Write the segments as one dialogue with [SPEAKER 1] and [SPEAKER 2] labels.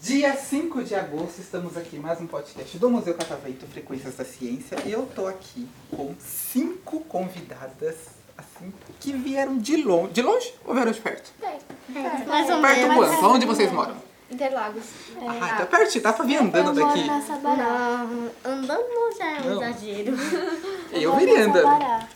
[SPEAKER 1] Dia 5 de agosto, estamos aqui em mais um podcast do Museu Catavento Frequências da Ciência. Eu tô aqui com cinco convidadas, assim, que vieram de longe. De longe ou vieram de perto?
[SPEAKER 2] Mais ou
[SPEAKER 1] Perto
[SPEAKER 2] menos.
[SPEAKER 1] quanto? Onde vocês moram?
[SPEAKER 3] Interlagos.
[SPEAKER 1] Ah, então é perto, dá pra vir andando
[SPEAKER 2] eu moro
[SPEAKER 1] daqui.
[SPEAKER 2] na Sabará.
[SPEAKER 3] Ah, Andando já é um
[SPEAKER 1] Não.
[SPEAKER 3] exagero.
[SPEAKER 1] Eu
[SPEAKER 2] moro
[SPEAKER 1] viria
[SPEAKER 2] na
[SPEAKER 1] andando.
[SPEAKER 2] Sabará.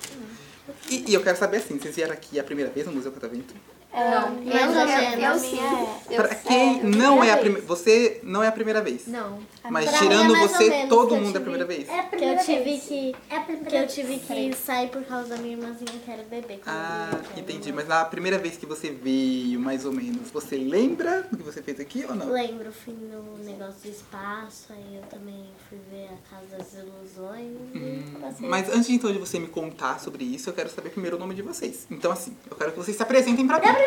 [SPEAKER 1] E, e eu quero saber assim, vocês vieram aqui a primeira vez no Museu Catavento?
[SPEAKER 3] Não,
[SPEAKER 2] Mas
[SPEAKER 3] mais ou
[SPEAKER 2] a minha-
[SPEAKER 3] menos.
[SPEAKER 2] a minha é-
[SPEAKER 3] Eu
[SPEAKER 1] Pra
[SPEAKER 3] sei,
[SPEAKER 1] quem
[SPEAKER 3] eu
[SPEAKER 1] não é a
[SPEAKER 3] vez.
[SPEAKER 1] primeira Você não é a primeira vez.
[SPEAKER 3] Não.
[SPEAKER 1] Mas
[SPEAKER 3] Pra mim é
[SPEAKER 1] tirando
[SPEAKER 3] mais ou
[SPEAKER 1] você,
[SPEAKER 3] menos,
[SPEAKER 1] todo
[SPEAKER 3] eu
[SPEAKER 1] mundo é a
[SPEAKER 3] tive-
[SPEAKER 1] primeira vez.
[SPEAKER 2] É a
[SPEAKER 3] Que eu
[SPEAKER 2] primeira
[SPEAKER 3] tive
[SPEAKER 2] vez.
[SPEAKER 3] que.
[SPEAKER 2] É a primeira
[SPEAKER 3] Que eu
[SPEAKER 2] vez.
[SPEAKER 3] tive que sair por causa da minha irmãzinha que era bebê. quando
[SPEAKER 1] Ah,
[SPEAKER 3] eu era
[SPEAKER 1] entendi.
[SPEAKER 3] menor.
[SPEAKER 1] Mas na primeira vez que você veio, mais ou menos, você lembra do que você fez aqui ou não?
[SPEAKER 3] um- Lembro, fui no negócio do espaço, aí eu também fui ver a Casa das Ilusões. e passei.
[SPEAKER 1] Mas antes então de você me contar sobre isso, eu quero saber primeiro o nome de vocês. Então assim, eu quero que vocês se apresentem pra mim.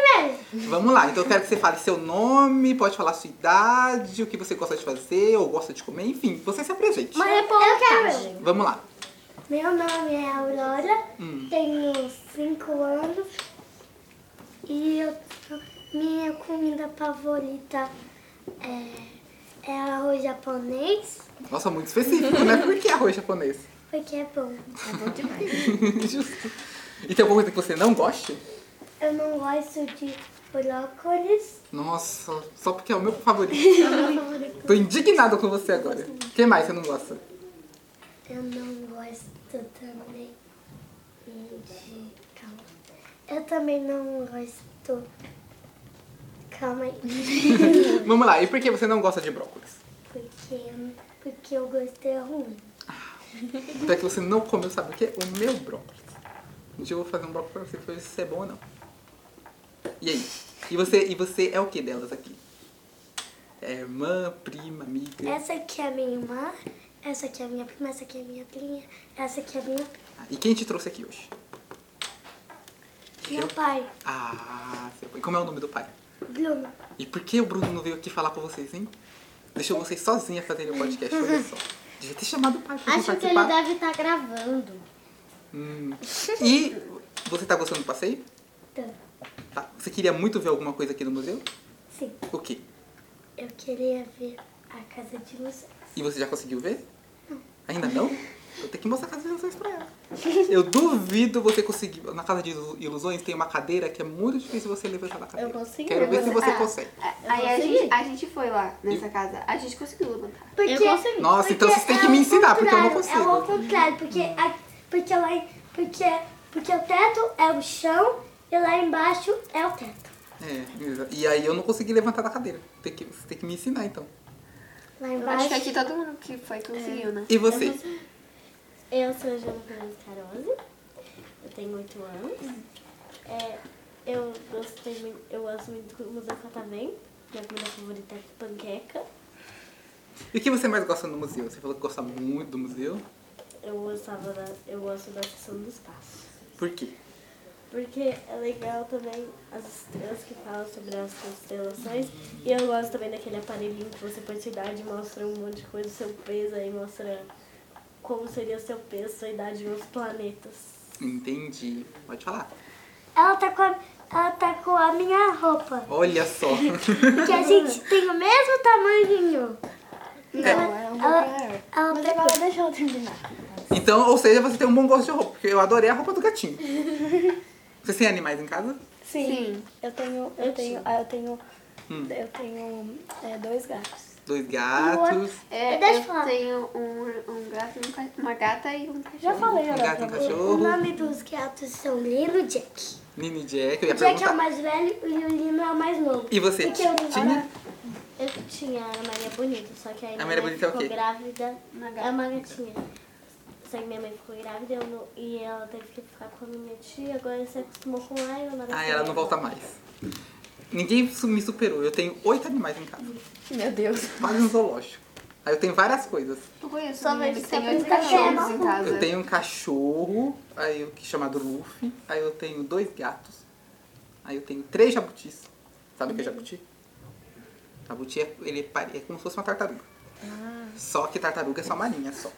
[SPEAKER 1] Vamos lá, então eu quero que você fale seu nome, pode falar sua idade, o que você gosta de fazer ou gosta de comer, enfim, você se apresente.
[SPEAKER 3] Uma
[SPEAKER 2] reportagem.
[SPEAKER 3] reportagem.
[SPEAKER 1] Vamos lá.
[SPEAKER 2] Meu nome é Aurora,
[SPEAKER 1] Hum.
[SPEAKER 2] tenho 5 anos e eu- minha comida favorita é, é arroz japonês,
[SPEAKER 1] Nossa, muito específico, né? Por que arroz japonês?
[SPEAKER 2] porque é bom.
[SPEAKER 1] Justo. Então, E tem alguma coisa que você não goste?
[SPEAKER 2] Eu não gosto de brócolis,
[SPEAKER 1] Nossa, só porque é o meu favorito. Tô indignado com você agora. O que mais você não gosta?
[SPEAKER 2] eu não gosto também de. Calma. Eu também não gosto. Calma aí.
[SPEAKER 1] Vamos lá, e por que você não gosta de brócolis?
[SPEAKER 2] Porque, porque eu gostei é ruim.
[SPEAKER 1] Então é que você não comeu, sabe o quê? O meu brócolis. Um dia eu vou fazer um brócolis pra você pra ver se é bom ou não. E aí? E você, e você é o que delas aqui? É irmã, prima, amiga?
[SPEAKER 2] Essa aqui é a minha irmã, essa aqui é a minha prima, essa aqui é a minha priminha, essa aqui é a minha.
[SPEAKER 1] Ah, E quem te trouxe aqui hoje?
[SPEAKER 2] Meu pai,
[SPEAKER 1] Ah, seu pai. Como é o nome do pai?
[SPEAKER 2] Bruno.
[SPEAKER 1] E por que o Bruno não veio aqui falar com vocês, hein? Deixou vocês sozinha fazerem o podcast, olha só. Devia ter chamado o pai pra
[SPEAKER 3] Acho que ele
[SPEAKER 1] participar.
[SPEAKER 3] deve estar gravando.
[SPEAKER 1] Hum. E você tá gostando do passeio?
[SPEAKER 2] Então,
[SPEAKER 1] Tá. Você queria muito ver alguma coisa aqui no museu?
[SPEAKER 2] sim,
[SPEAKER 1] O quê?
[SPEAKER 2] eu queria ver a casa de vocês.
[SPEAKER 1] E você já conseguiu ver? Ainda não? Eu tenho que mostrar a casa de ilusões pra ela. Eu duvido você conseguir. Na casa de ilu- ilusões tem uma cadeira que é muito difícil você levantar da cadeira.
[SPEAKER 3] consegui.
[SPEAKER 1] Quero ver se você
[SPEAKER 4] Ah.
[SPEAKER 1] consegue.
[SPEAKER 4] Aí a
[SPEAKER 3] consegui.
[SPEAKER 4] gente, a gente foi lá nessa casa, a gente conseguiu levantar.
[SPEAKER 2] Porque,
[SPEAKER 3] Eu consegui.
[SPEAKER 1] Nossa, então vocês têm que me ensinar, porque eu não consigo. Hum.
[SPEAKER 2] É o contrário, porque, a- porque, lá, em- porque, porque o teto é o chão e lá embaixo é o teto.
[SPEAKER 1] É, exa- e aí eu não consegui levantar da cadeira. Tem que, você tem que me ensinar então.
[SPEAKER 2] Lá
[SPEAKER 4] Eu acho que
[SPEAKER 2] embaixo.
[SPEAKER 4] aqui todo mundo que foi conseguiu, né?
[SPEAKER 1] E você?
[SPEAKER 3] Eu sou a Jana Fernandes Carose, eu tenho 8 anos. É, eu, gostei, mui- eu gosto muito do Museu Catavento, minha comida favorita é panqueca.
[SPEAKER 1] E o que você mais gosta no museu? Você falou que gosta muito do museu.
[SPEAKER 3] Eu, gostava da, eu gosto da sessão do espaço.
[SPEAKER 1] Por quê?
[SPEAKER 3] Porque é legal também as estrelas que falam sobre as constelações. E eu gosto também daquele aparelhinho que você põe sua idade e mostra um monte de coisa, seu peso, aí mostra como seria seu peso, sua idade e os planetas.
[SPEAKER 1] Entendi. Pode falar.
[SPEAKER 2] Ela tá, com a, ela tá com a minha roupa.
[SPEAKER 1] Olha só.
[SPEAKER 2] Porque a gente tem o mesmo tamanhinho.
[SPEAKER 4] Não, é um
[SPEAKER 2] Ela,
[SPEAKER 4] maior.
[SPEAKER 2] ela tá pegou.
[SPEAKER 4] deixa eu terminar.
[SPEAKER 1] Então, ou seja, você tem um bom gosto de roupa, porque eu adorei a roupa do gatinho. Vocês têm animais em casa?
[SPEAKER 4] Sim.
[SPEAKER 5] Eu tenho, eu tenho, ah, eu tenho, eu tenho é, dois gatos.
[SPEAKER 1] Dois gatos.
[SPEAKER 4] É,
[SPEAKER 2] Eu deixo
[SPEAKER 4] eu
[SPEAKER 2] falar.
[SPEAKER 4] tenho um, um gato, um ca- uma gata e um cachorro.
[SPEAKER 5] Já falei
[SPEAKER 1] Um
[SPEAKER 5] agora
[SPEAKER 1] gato e um
[SPEAKER 5] pra você.
[SPEAKER 2] O
[SPEAKER 1] cachorro.
[SPEAKER 2] nome dos gatos são Lino e Jack.
[SPEAKER 1] Nini Jack, eu ia
[SPEAKER 2] Jack é o
[SPEAKER 1] perguntar.
[SPEAKER 2] mais velho e o Lino é o mais novo.
[SPEAKER 1] E você
[SPEAKER 2] Porque eu não-
[SPEAKER 1] tinha?
[SPEAKER 3] Eu tinha a Ana Maria Bonita, só que aí
[SPEAKER 1] A
[SPEAKER 3] minha
[SPEAKER 1] Maria
[SPEAKER 3] mãe
[SPEAKER 1] Bonita é o
[SPEAKER 3] ficou
[SPEAKER 1] quê?
[SPEAKER 3] grávida.
[SPEAKER 4] Uma gata.
[SPEAKER 3] É uma gatinha. Só que minha mãe ficou grávida eu não- e ela teve que ficar com a minha tia. Agora se acostumou com ela e eu
[SPEAKER 1] Ah, ela não volta mais. Ninguém su- me superou. Eu tenho oito animais em casa.
[SPEAKER 5] Meu Deus.
[SPEAKER 1] Quase um zoológico. Aí eu tenho várias coisas.
[SPEAKER 4] Tu conhece
[SPEAKER 3] Só
[SPEAKER 4] um menino
[SPEAKER 3] vejo
[SPEAKER 4] que
[SPEAKER 3] se
[SPEAKER 4] tem oito
[SPEAKER 3] apresenta
[SPEAKER 4] cachorros
[SPEAKER 2] bem.
[SPEAKER 4] em casa.
[SPEAKER 1] Eu tenho um cachorro, aí eu, que chamado Luffy. Aí eu tenho dois gatos. Aí eu tenho três jabutis. Sabe o que é jabuti? Jabuti é, ele é, pare- é como se fosse uma tartaruga. Só que tartaruga é só marinha, só.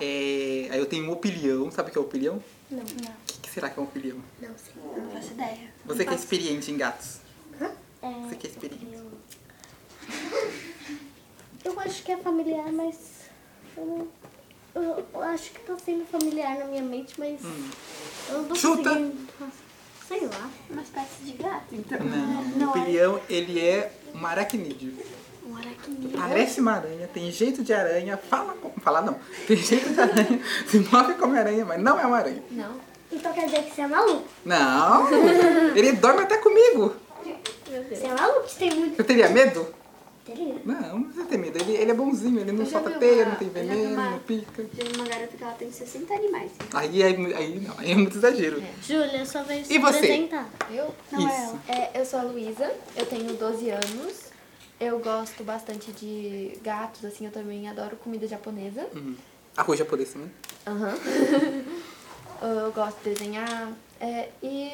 [SPEAKER 1] É, aí eu tenho um opilião. Sabe o que é opilião?
[SPEAKER 5] Não, não.
[SPEAKER 1] O que, que será que é um opilião?
[SPEAKER 2] Não sei.
[SPEAKER 4] Não faço ideia.
[SPEAKER 1] Você que é experiente em gatos.
[SPEAKER 2] É,
[SPEAKER 1] Você que é experiente.
[SPEAKER 2] eu acho que é familiar, mas. Eu, não- eu- eu acho que tá sendo familiar na minha mente, mas.
[SPEAKER 1] Hum.
[SPEAKER 2] Eu não tô
[SPEAKER 1] Chuta!
[SPEAKER 2] conseguindo. Sei lá.
[SPEAKER 4] Uma espécie de gato. Então.
[SPEAKER 1] Não, o opilião, ele é um aracnídeo.
[SPEAKER 2] Um aracnídeo.
[SPEAKER 1] Parece uma aranha, tem jeito de aranha, fala como. Falar não. Tem jeito de aranha, se move como aranha, mas não é uma aranha.
[SPEAKER 3] Não.
[SPEAKER 2] Então quer dizer que você é maluco.
[SPEAKER 1] Não! Ele dorme até comigo!
[SPEAKER 3] Meu Deus.
[SPEAKER 2] Você é maluco, você tem muito.
[SPEAKER 1] Eu teria medo?
[SPEAKER 2] Teria.
[SPEAKER 1] Não, não precisa ter medo. Ele, ele é bonzinho, ele não
[SPEAKER 4] Eu já
[SPEAKER 1] solta
[SPEAKER 4] vi
[SPEAKER 1] teia,
[SPEAKER 4] uma-
[SPEAKER 1] não tem
[SPEAKER 4] eu já vi
[SPEAKER 1] veneno,
[SPEAKER 4] uma-
[SPEAKER 1] não pica.
[SPEAKER 4] Tem uma garota que ela tem 60 animais.
[SPEAKER 1] Aí, é mu- aí não, aí é muito exagero.
[SPEAKER 3] Júlia, sua vez
[SPEAKER 1] E
[SPEAKER 3] se
[SPEAKER 1] você?
[SPEAKER 3] apresentar.
[SPEAKER 6] Eu?
[SPEAKER 1] Não é Isso.
[SPEAKER 6] É, eu sou a Luísa, eu tenho 12 anos. Eu gosto bastante de gatos, assim, eu também adoro comida japonesa.
[SPEAKER 1] Uhum. Arroz japonês também.
[SPEAKER 6] Aham. eu gosto de desenhar é, e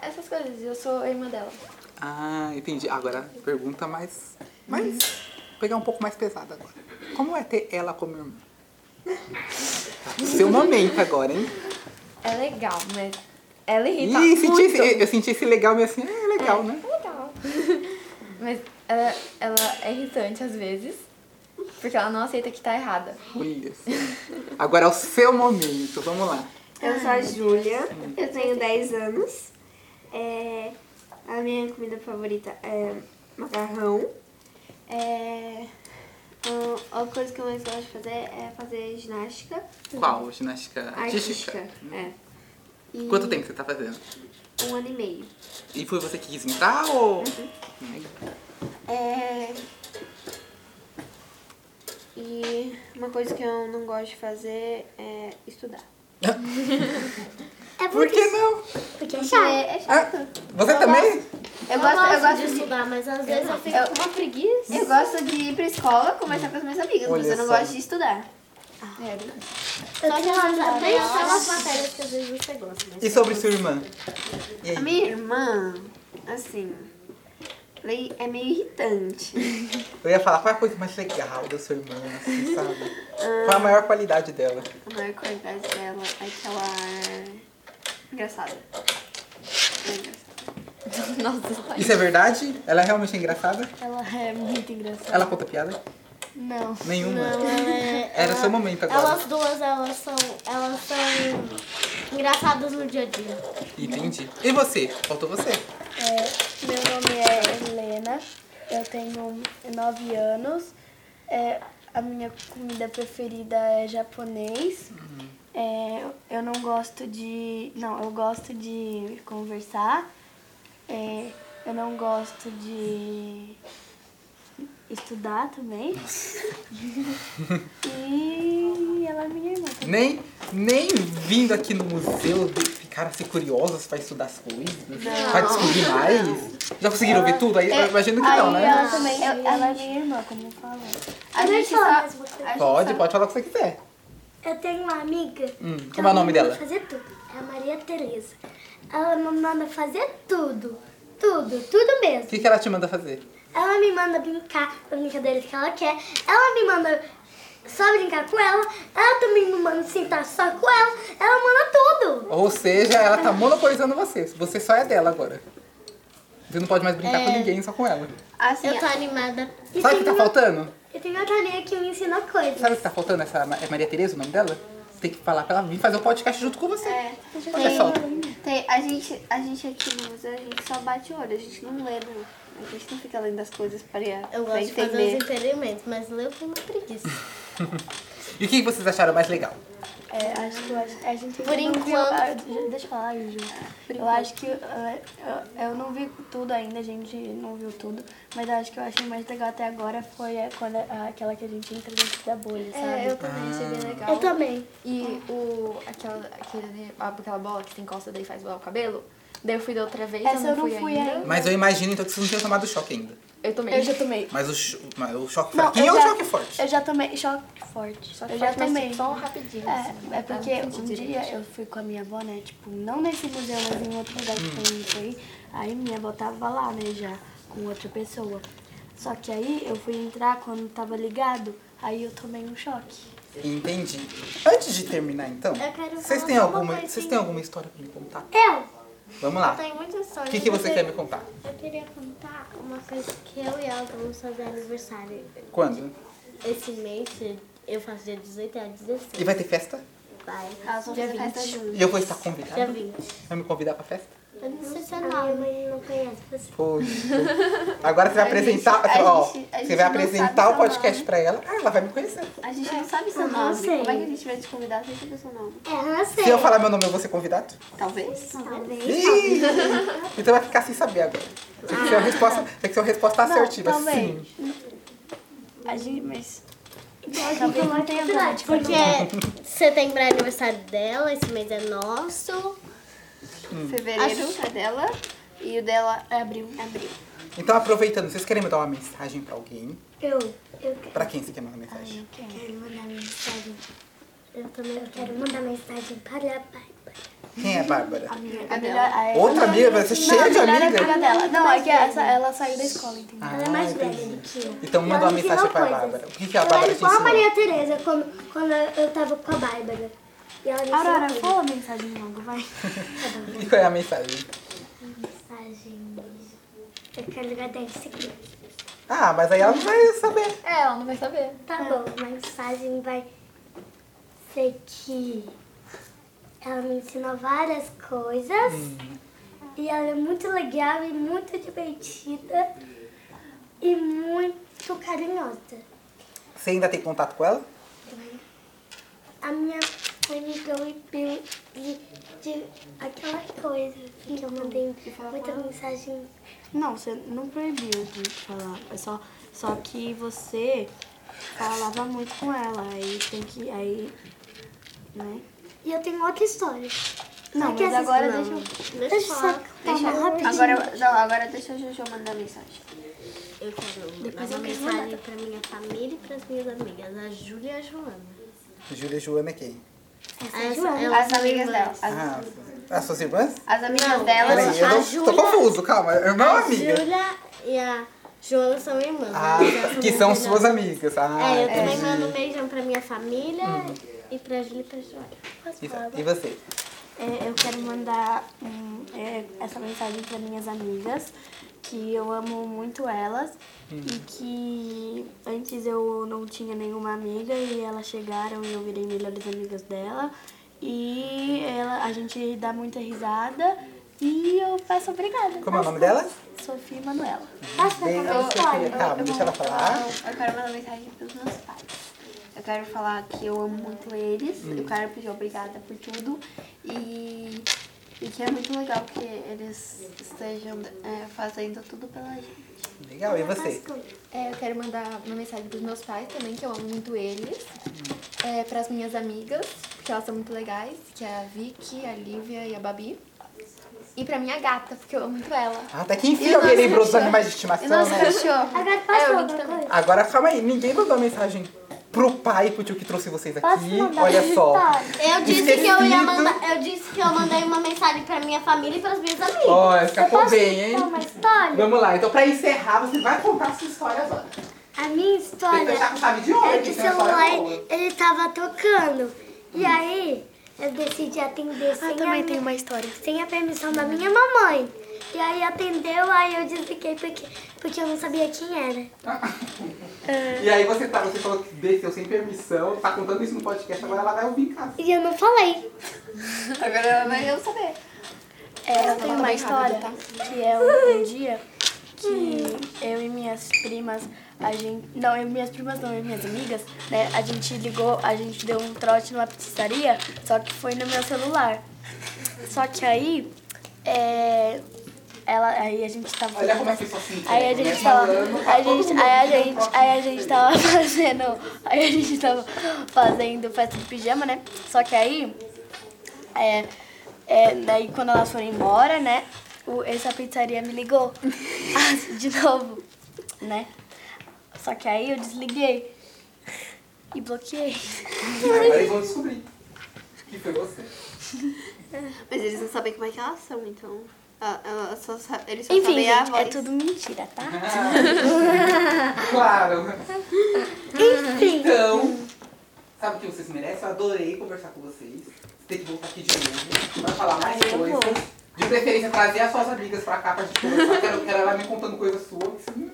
[SPEAKER 6] essas coisas. Eu sou a irmã dela.
[SPEAKER 1] Ah, entendi. Agora, pergunta mais. mais pegar um pouco mais pesada agora. Como é ter ela como irmã? Seu momento agora, hein?
[SPEAKER 6] É legal, mas ela irrita
[SPEAKER 1] Ih, senti
[SPEAKER 6] tá muito.
[SPEAKER 1] esse, eu- eu senti esse legal meio assim, é legal, né?
[SPEAKER 6] legal. mas ela, ela é irritante às vezes, porque ela não aceita que tá errada.
[SPEAKER 1] Olha só. Agora é o seu momento, vamos lá.
[SPEAKER 4] Eu sou a Júlia, eu tenho 10 anos. É, a minha comida favorita é macarrão. É, a, a coisa que eu mais gosto de fazer é fazer ginástica.
[SPEAKER 1] Qual? Ginástica
[SPEAKER 4] Artística.
[SPEAKER 1] artística?
[SPEAKER 4] É. E
[SPEAKER 1] Quanto tempo você tá fazendo?
[SPEAKER 4] Um ano e meio.
[SPEAKER 1] E foi você que quis entrar ou.
[SPEAKER 4] É, E uma coisa que eu não gosto de fazer é estudar.
[SPEAKER 2] É
[SPEAKER 1] Por
[SPEAKER 2] porque.
[SPEAKER 1] que não?
[SPEAKER 2] Porque é chato.
[SPEAKER 4] É chato.
[SPEAKER 1] Você também?
[SPEAKER 3] Eu,
[SPEAKER 4] gosto- eu
[SPEAKER 3] gosto
[SPEAKER 4] gosto
[SPEAKER 3] de
[SPEAKER 4] de-
[SPEAKER 3] estudar, mas às vezes eu fico
[SPEAKER 4] Eu-
[SPEAKER 3] com uma preguiça.
[SPEAKER 4] Eu gosto de ir pra escola conversar com as minhas amigas,
[SPEAKER 1] Olha
[SPEAKER 4] mas eu não
[SPEAKER 1] só.
[SPEAKER 4] gosto de estudar.
[SPEAKER 6] É verdade.
[SPEAKER 2] Eu tenho uma
[SPEAKER 3] Também são as matérias que às vezes você gosta, mas...
[SPEAKER 1] E sobre sua irmã? E
[SPEAKER 4] A
[SPEAKER 1] aí?
[SPEAKER 4] minha irmã, assim, ela é meio irritante.
[SPEAKER 1] Eu ia falar qual é a coisa mais legal da sua irmã, assim, sabe? Qual é a maior qualidade dela?
[SPEAKER 4] A maior qualidade dela é que ela é engraçada. Ela é engraçada.
[SPEAKER 6] Nossa, pai.
[SPEAKER 1] Isso é verdade? Ela é realmente engraçada?
[SPEAKER 6] Ela é muito engraçada.
[SPEAKER 1] Ela conta piada?
[SPEAKER 6] Não.
[SPEAKER 1] Nenhuma.
[SPEAKER 3] Não, ela é-
[SPEAKER 1] Era
[SPEAKER 3] ela-
[SPEAKER 1] seu momento agora.
[SPEAKER 3] Elas duas, elas são, elas são engraçadas no dia a dia.
[SPEAKER 1] Entendi. E você? Faltou você.
[SPEAKER 5] É, meu nome é Helena, eu tenho 9 anos. É, a minha comida preferida é japonês.
[SPEAKER 1] Uhum.
[SPEAKER 5] É, eu não gosto de. Não, eu gosto de conversar. É, eu não gosto de estudar também. e ela é minha irmã. também.
[SPEAKER 1] Nem, nem vindo aqui no museu de- ficaram assim curiosas pra estudar as coisas? Pra descobrir mais? Já conseguiram ver tudo? Aí, eu imagino que não,
[SPEAKER 5] Aí ela
[SPEAKER 1] né?
[SPEAKER 5] também, eu- ela é minha irmã, como eu falei.
[SPEAKER 4] A gente só...
[SPEAKER 2] falar
[SPEAKER 4] a
[SPEAKER 2] mais você.
[SPEAKER 4] gente
[SPEAKER 1] Pode,
[SPEAKER 4] só-
[SPEAKER 1] pode falar o que você quiser.
[SPEAKER 2] Eu tenho uma amiga.
[SPEAKER 1] Hum,
[SPEAKER 2] que
[SPEAKER 1] como é o
[SPEAKER 2] ela
[SPEAKER 1] nome
[SPEAKER 2] me manda
[SPEAKER 1] dela?
[SPEAKER 2] Fazer tudo. É a Maria Tereza. Ela me manda fazer tudo. Tudo, tudo
[SPEAKER 1] O
[SPEAKER 2] mesmo.
[SPEAKER 1] que, que ela te manda fazer?
[SPEAKER 2] Ela me manda brincar com as brincadeiras que ela quer. Ela me manda só brincar com ela. Ela também me manda sentar só com ela. Ela manda tudo.
[SPEAKER 1] Ou seja, ela tá monopolizando você. Você só é dela agora. Você não pode mais brincar com ninguém, só com ela.
[SPEAKER 4] Assim,
[SPEAKER 3] Eu tô animada.
[SPEAKER 2] É. E
[SPEAKER 1] Sabe o que
[SPEAKER 2] tem
[SPEAKER 1] tá
[SPEAKER 2] uma-
[SPEAKER 1] faltando?
[SPEAKER 2] Eu tenho outra amiga que me ensina coisas.
[SPEAKER 1] Sabe o que tá faltando? Essa Ma- é Maria Tereza o nome dela? Você tem que falar pra ela vir fazer o podcast junto com você.
[SPEAKER 2] É.
[SPEAKER 1] Olha só.
[SPEAKER 4] tem- a, gente, a gente aqui no museu, a gente só bate o olho, a gente não lê, não. a gente não fica lendo as coisas pra,
[SPEAKER 3] Eu
[SPEAKER 4] pra
[SPEAKER 3] gosto de fazer
[SPEAKER 4] entender.
[SPEAKER 3] os experimentos, mas eu tenho uma preguiça.
[SPEAKER 1] E o que vocês acharam mais legal?
[SPEAKER 5] É, acho que eu acho- a gente
[SPEAKER 3] Por
[SPEAKER 5] não viu-
[SPEAKER 3] enquanto.
[SPEAKER 5] ah, deixa- deixa eu falar, Ju.
[SPEAKER 4] Ah,
[SPEAKER 5] Eu acho que eh, eu, eu não vi tudo ainda, a gente não viu tudo, mas eu acho que eu achei mais legal até agora foi eh, quando, a- aquela que a gente entra dentro da bolha, sabe?
[SPEAKER 1] Ah.
[SPEAKER 6] É, eu também achei bem legal.
[SPEAKER 2] Eu também.
[SPEAKER 6] E o, aquela, aquele, aquela bola que se encosta daí faz voar o cabelo. Daí eu fui da outra vez,
[SPEAKER 5] Essa
[SPEAKER 6] eu não fui ainda.
[SPEAKER 1] Mas eu imagino então que vocês não tinham tomado choque ainda.
[SPEAKER 6] Eu também.
[SPEAKER 5] Eu já tomei.
[SPEAKER 1] Mas o, cho- mas o choque
[SPEAKER 5] Não,
[SPEAKER 1] fraquinho
[SPEAKER 5] eu
[SPEAKER 1] ou o
[SPEAKER 5] já-
[SPEAKER 1] choque forte?
[SPEAKER 5] Eu já tomei choque forte.
[SPEAKER 6] Só que
[SPEAKER 5] eu
[SPEAKER 6] faz,
[SPEAKER 5] já
[SPEAKER 6] Tá mas
[SPEAKER 5] tomei.
[SPEAKER 6] Só rapidinho. assim,
[SPEAKER 5] É, é
[SPEAKER 6] pra não
[SPEAKER 5] porque
[SPEAKER 6] sentir
[SPEAKER 5] um dia
[SPEAKER 6] direito.
[SPEAKER 5] eu fui com a minha avó, né? Tipo, não nesse museu, mas em outro lugar que foi isso aí. Aí minha avó tava lá, né, já, com outra pessoa. Só que aí eu fui entrar quando tava ligado, aí eu tomei um choque.
[SPEAKER 1] Entendi. Antes de terminar, então,
[SPEAKER 2] Eu quero
[SPEAKER 1] vocês
[SPEAKER 2] falar
[SPEAKER 1] têm
[SPEAKER 2] só uma
[SPEAKER 1] alguma,
[SPEAKER 2] coisinha.
[SPEAKER 1] vocês têm alguma história pra me contar?
[SPEAKER 2] Eu
[SPEAKER 1] Vamos lá.
[SPEAKER 2] tenho muita história.
[SPEAKER 1] O Ah. que, que
[SPEAKER 2] mas
[SPEAKER 1] você
[SPEAKER 2] eu-
[SPEAKER 1] quer me contar?
[SPEAKER 2] Eu queria contar uma coisa que eu e ela vamos fazer aniversário.
[SPEAKER 1] Quando?
[SPEAKER 3] Esse mês eu faço dia 18 a 16.
[SPEAKER 1] E vai ter festa?
[SPEAKER 3] Vai.
[SPEAKER 4] Elas vão fazer festa
[SPEAKER 5] um.
[SPEAKER 4] juntas.
[SPEAKER 1] E eu vou estar
[SPEAKER 3] Dia
[SPEAKER 1] convidada?
[SPEAKER 3] 20.
[SPEAKER 1] Vai me convidar pra festa?
[SPEAKER 2] Eu não sei se é nome. mãe não conhece você.
[SPEAKER 1] Poxa. Agora você vai apresentar.
[SPEAKER 6] gente- a
[SPEAKER 1] ó,
[SPEAKER 6] gente- a gente
[SPEAKER 1] você vai
[SPEAKER 6] não sabe
[SPEAKER 1] apresentar o
[SPEAKER 6] seu
[SPEAKER 1] podcast pra ela. Ah, ela vai me conhecer.
[SPEAKER 4] A gente não sabe seu
[SPEAKER 2] Eu não
[SPEAKER 4] nome.
[SPEAKER 2] sei.
[SPEAKER 4] Como é que a gente vai te convidar sem saber seu nome?
[SPEAKER 2] É, eu não sei.
[SPEAKER 1] Se eu falar meu nome, eu vou ser convidado?
[SPEAKER 4] Talvez?
[SPEAKER 2] Talvez.
[SPEAKER 1] Ih! Então vai ficar sem saber agora. Tem que ser uma resposta, tem que ser uma resposta assertiva.
[SPEAKER 5] também.
[SPEAKER 1] Sim.
[SPEAKER 5] A gente, mas
[SPEAKER 2] Talvez não tenha verdade.
[SPEAKER 3] Porque é setembro é aniversário dela, esse mês é nosso.
[SPEAKER 4] Fevereiro é dela e o dela é abril. Abril.
[SPEAKER 1] Então, aproveitando, vocês querem mandar uma mensagem pra alguém?
[SPEAKER 2] Eu, eu quero.
[SPEAKER 1] Pra quem você quer mandar mensagem?
[SPEAKER 2] Quero mandar mensagem. Eu também eu quero mandar mensagem para a Bárbara.
[SPEAKER 1] Quem é a Bárbara?
[SPEAKER 4] A melhor. a-
[SPEAKER 1] Outra amiga? Vai ser cheia de
[SPEAKER 4] É
[SPEAKER 1] amiga?
[SPEAKER 5] dela. Não, é que essa, ela saiu da escola, entendeu?
[SPEAKER 1] Ah,
[SPEAKER 2] Ela é mais velha
[SPEAKER 1] entendi.
[SPEAKER 2] do que eu.
[SPEAKER 1] Então manda
[SPEAKER 2] Ela
[SPEAKER 1] uma
[SPEAKER 2] me ensinou
[SPEAKER 1] mensagem pra
[SPEAKER 2] coisas.
[SPEAKER 1] Bárbara. O que, que a
[SPEAKER 2] Ela
[SPEAKER 1] Bárbara
[SPEAKER 2] é
[SPEAKER 1] te
[SPEAKER 2] igual a
[SPEAKER 1] ensinou?
[SPEAKER 2] Maria Tereza quando, quando eu tava com a Bárbara. E ela me
[SPEAKER 4] Aurora,
[SPEAKER 2] ensinou
[SPEAKER 4] fala a mensagem logo, vai.
[SPEAKER 1] E qual é a mensagem?
[SPEAKER 2] mensagem. Eu quero guardar esse aqui.
[SPEAKER 1] Ah, mas aí ela não vai saber.
[SPEAKER 6] É, ela não vai saber.
[SPEAKER 2] Tá bom, a mensagem vai ser que ela me ensinou várias coisas.
[SPEAKER 4] Hum.
[SPEAKER 2] E ela é muito legal e muito divertida. E muito carinhosa.
[SPEAKER 1] Você ainda tem contato com ela?
[SPEAKER 2] A minha mãe me deu um e-mail de, de aquela coisa assim que eu
[SPEAKER 4] Hum,
[SPEAKER 2] mandei muita mensagem.
[SPEAKER 4] Não, você não proibiu de falar. É só, só que você falava muito com ela. Aí tem que. Aí. Né?
[SPEAKER 2] E eu tenho outra história.
[SPEAKER 4] Não,
[SPEAKER 2] que
[SPEAKER 4] mas
[SPEAKER 2] essas
[SPEAKER 4] agora
[SPEAKER 2] não.
[SPEAKER 4] deixa eu.
[SPEAKER 2] Deixa eu só contar
[SPEAKER 4] Deixa,
[SPEAKER 2] uma rapidinho.
[SPEAKER 4] agora, não, agora deixa a Jojo mandar mensagem.
[SPEAKER 3] Eu quero mandar uma mensagem pra minha família e pras minhas amigas, a Júlia e a Joana.
[SPEAKER 1] Júlia e Joana é quem?
[SPEAKER 3] As,
[SPEAKER 4] As amigas dela. As,
[SPEAKER 1] Ah, as suas irmãs?
[SPEAKER 4] as amigas
[SPEAKER 3] Não,
[SPEAKER 4] dela.
[SPEAKER 1] Peraí, eu
[SPEAKER 3] a
[SPEAKER 1] não,
[SPEAKER 3] Júlia-
[SPEAKER 1] tô confuso, calma. Irmã ou
[SPEAKER 3] A
[SPEAKER 1] amiga?
[SPEAKER 3] Júlia e a Joana são irmãs.
[SPEAKER 1] Ah,
[SPEAKER 3] mas elas
[SPEAKER 1] que são
[SPEAKER 3] irmãs.
[SPEAKER 1] suas amigas. Ah,
[SPEAKER 3] É, eu também
[SPEAKER 1] entendi.
[SPEAKER 3] mando um beijão pra minha família e pra Júlia e pra Joana.
[SPEAKER 1] Isso. E você?
[SPEAKER 4] É, eu quero mandar
[SPEAKER 2] um,
[SPEAKER 4] hum, é, essa mensagem para minhas amigas, que eu amo muito elas
[SPEAKER 1] Hum.
[SPEAKER 4] e que antes eu não tinha nenhuma amiga e elas chegaram e eu virei melhores amigas dela. E ela, a gente dá muita risada e eu peço obrigada.
[SPEAKER 1] Como é o nome dela?
[SPEAKER 4] Sofia e Manuela.
[SPEAKER 2] Posso contar uma história?
[SPEAKER 1] Calma, deixa ela falar.
[SPEAKER 4] Eu quero mandar mensagem pros meus pais. Eu quero falar que eu amo muito eles.
[SPEAKER 1] Hum.
[SPEAKER 4] Eu quero pedir obrigada por tudo. E, e que é muito legal que eles estejam é, fazendo tudo pela gente.
[SPEAKER 1] Legal, e você?
[SPEAKER 6] É, eu quero mandar uma mensagem pros meus pais também, que eu amo muito eles. É, pras minhas amigas, porque elas são muito legais, que é a Vicky, a Lívia e a Babi. E pra minha gata, porque eu amo muito ela.
[SPEAKER 1] Ah, Até que enfim alguém lembrou dos animais de
[SPEAKER 6] E
[SPEAKER 1] estimação,
[SPEAKER 6] nosso
[SPEAKER 1] né?
[SPEAKER 6] cachorro.
[SPEAKER 2] Agora posso
[SPEAKER 6] É, o
[SPEAKER 2] falar
[SPEAKER 6] Nick
[SPEAKER 2] uma
[SPEAKER 6] também.
[SPEAKER 2] coisa?
[SPEAKER 1] Agora, calma aí. Ninguém mandou mensagem pro pai e pro tio que trouxe vocês
[SPEAKER 2] Posso
[SPEAKER 1] aqui.
[SPEAKER 2] mandar um
[SPEAKER 1] Olha
[SPEAKER 2] uma
[SPEAKER 1] só.
[SPEAKER 2] história?
[SPEAKER 3] Eu disse que eu ia
[SPEAKER 1] Esquecido.
[SPEAKER 3] mandar. Eu disse que eu mandei uma mensagem pra minha família e pras minhas amigas.
[SPEAKER 1] Olha, escapou
[SPEAKER 2] Posso
[SPEAKER 1] bem, hein?
[SPEAKER 2] contar uma história?
[SPEAKER 1] Vamos lá. Então, pra encerrar, você vai contar a sua história agora.
[SPEAKER 2] A minha
[SPEAKER 1] Tem que
[SPEAKER 2] história
[SPEAKER 1] fechar com chave de
[SPEAKER 2] é
[SPEAKER 1] ouro.
[SPEAKER 2] que o
[SPEAKER 1] que senão a
[SPEAKER 2] celular
[SPEAKER 1] história é boa.
[SPEAKER 2] ele tava tocando. E aí eu decidi atender
[SPEAKER 6] Ah,
[SPEAKER 2] sem, a, mi-
[SPEAKER 5] uma história.
[SPEAKER 2] sem a permissão da minha mamãe. E aí atendeu, aí eu desliguei porque, porque eu não sabia quem era.
[SPEAKER 1] E aí você, tá, você falou que desceu sem permissão, tá contando isso no podcast, agora ela vai ouvir em casa.
[SPEAKER 2] E eu não falei.
[SPEAKER 4] Agora ela vai eu saber.
[SPEAKER 5] É, eu tenho uma história que é um, um dia que eu e minhas primas, a gente. Não, eu e minhas primas não, eu e minhas amigas, né? A gente ligou, a gente deu um trote numa pizzaria, só que foi no meu celular. Só que aí. É, ela, aí a gente tava.
[SPEAKER 1] Olha como é que isso assim.
[SPEAKER 5] Aí a gente tava.
[SPEAKER 1] tá
[SPEAKER 5] A gente, aí a gente, aí a gente tava fazendo. Aí a gente tava fazendo festa de pijama, né? Só que aí. É, é, daí quando elas foram embora, né? O, essa pizzaria me ligou. Ah, de novo, né? Só que aí eu desliguei. E bloqueei.
[SPEAKER 1] Agora eles vão descobrir que foi você.
[SPEAKER 4] Mas eles não sabem como é que elas são, então. Ah, ela só sa- Eles só
[SPEAKER 5] Enfim,
[SPEAKER 4] sabem a
[SPEAKER 5] gente,
[SPEAKER 4] voz.
[SPEAKER 5] é tudo mentira, tá?
[SPEAKER 1] Ah, claro.
[SPEAKER 2] Enfim,
[SPEAKER 1] Então, Sabe o que vocês merecem? Eu adorei conversar com vocês. Você tem que voltar aqui de novo. Vai falar mais
[SPEAKER 7] Ai, eu
[SPEAKER 1] coisas.
[SPEAKER 7] vou.
[SPEAKER 1] De preferência, trazer as suas amigas pra cá pra gente conversar. Quero, quero ela me contando coisas suas. Hum,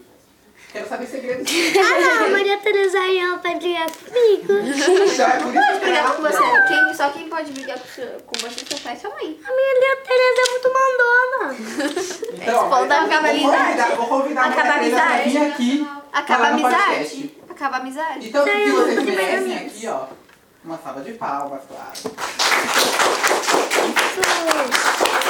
[SPEAKER 1] Quero saber segredos.
[SPEAKER 2] Ah, não, a Maria Tereza aí, ela vai brigar comigo.
[SPEAKER 1] Já é bonito pra
[SPEAKER 4] Brigar
[SPEAKER 1] ela.
[SPEAKER 4] com você. Quem, só quem pode brigar com seu- com você é seu pai e sua mãe.
[SPEAKER 2] A Maria Tereza é muito mandona.
[SPEAKER 1] Então, ó,
[SPEAKER 4] Esse povo dá uma
[SPEAKER 1] vou convidar,
[SPEAKER 4] cabalidade.
[SPEAKER 1] vou convidar a
[SPEAKER 4] Acaba a
[SPEAKER 1] Maria Tereza pra vir
[SPEAKER 4] amizade.
[SPEAKER 1] aqui.
[SPEAKER 4] Acaba a
[SPEAKER 1] falar no
[SPEAKER 4] amizade.
[SPEAKER 1] podcast.
[SPEAKER 4] Acaba a amizade.
[SPEAKER 1] Então, o que vocês
[SPEAKER 4] de melhor
[SPEAKER 1] merecem
[SPEAKER 4] amigos.
[SPEAKER 1] aqui, ó? Uma salva de palmas, claro.
[SPEAKER 2] Isso.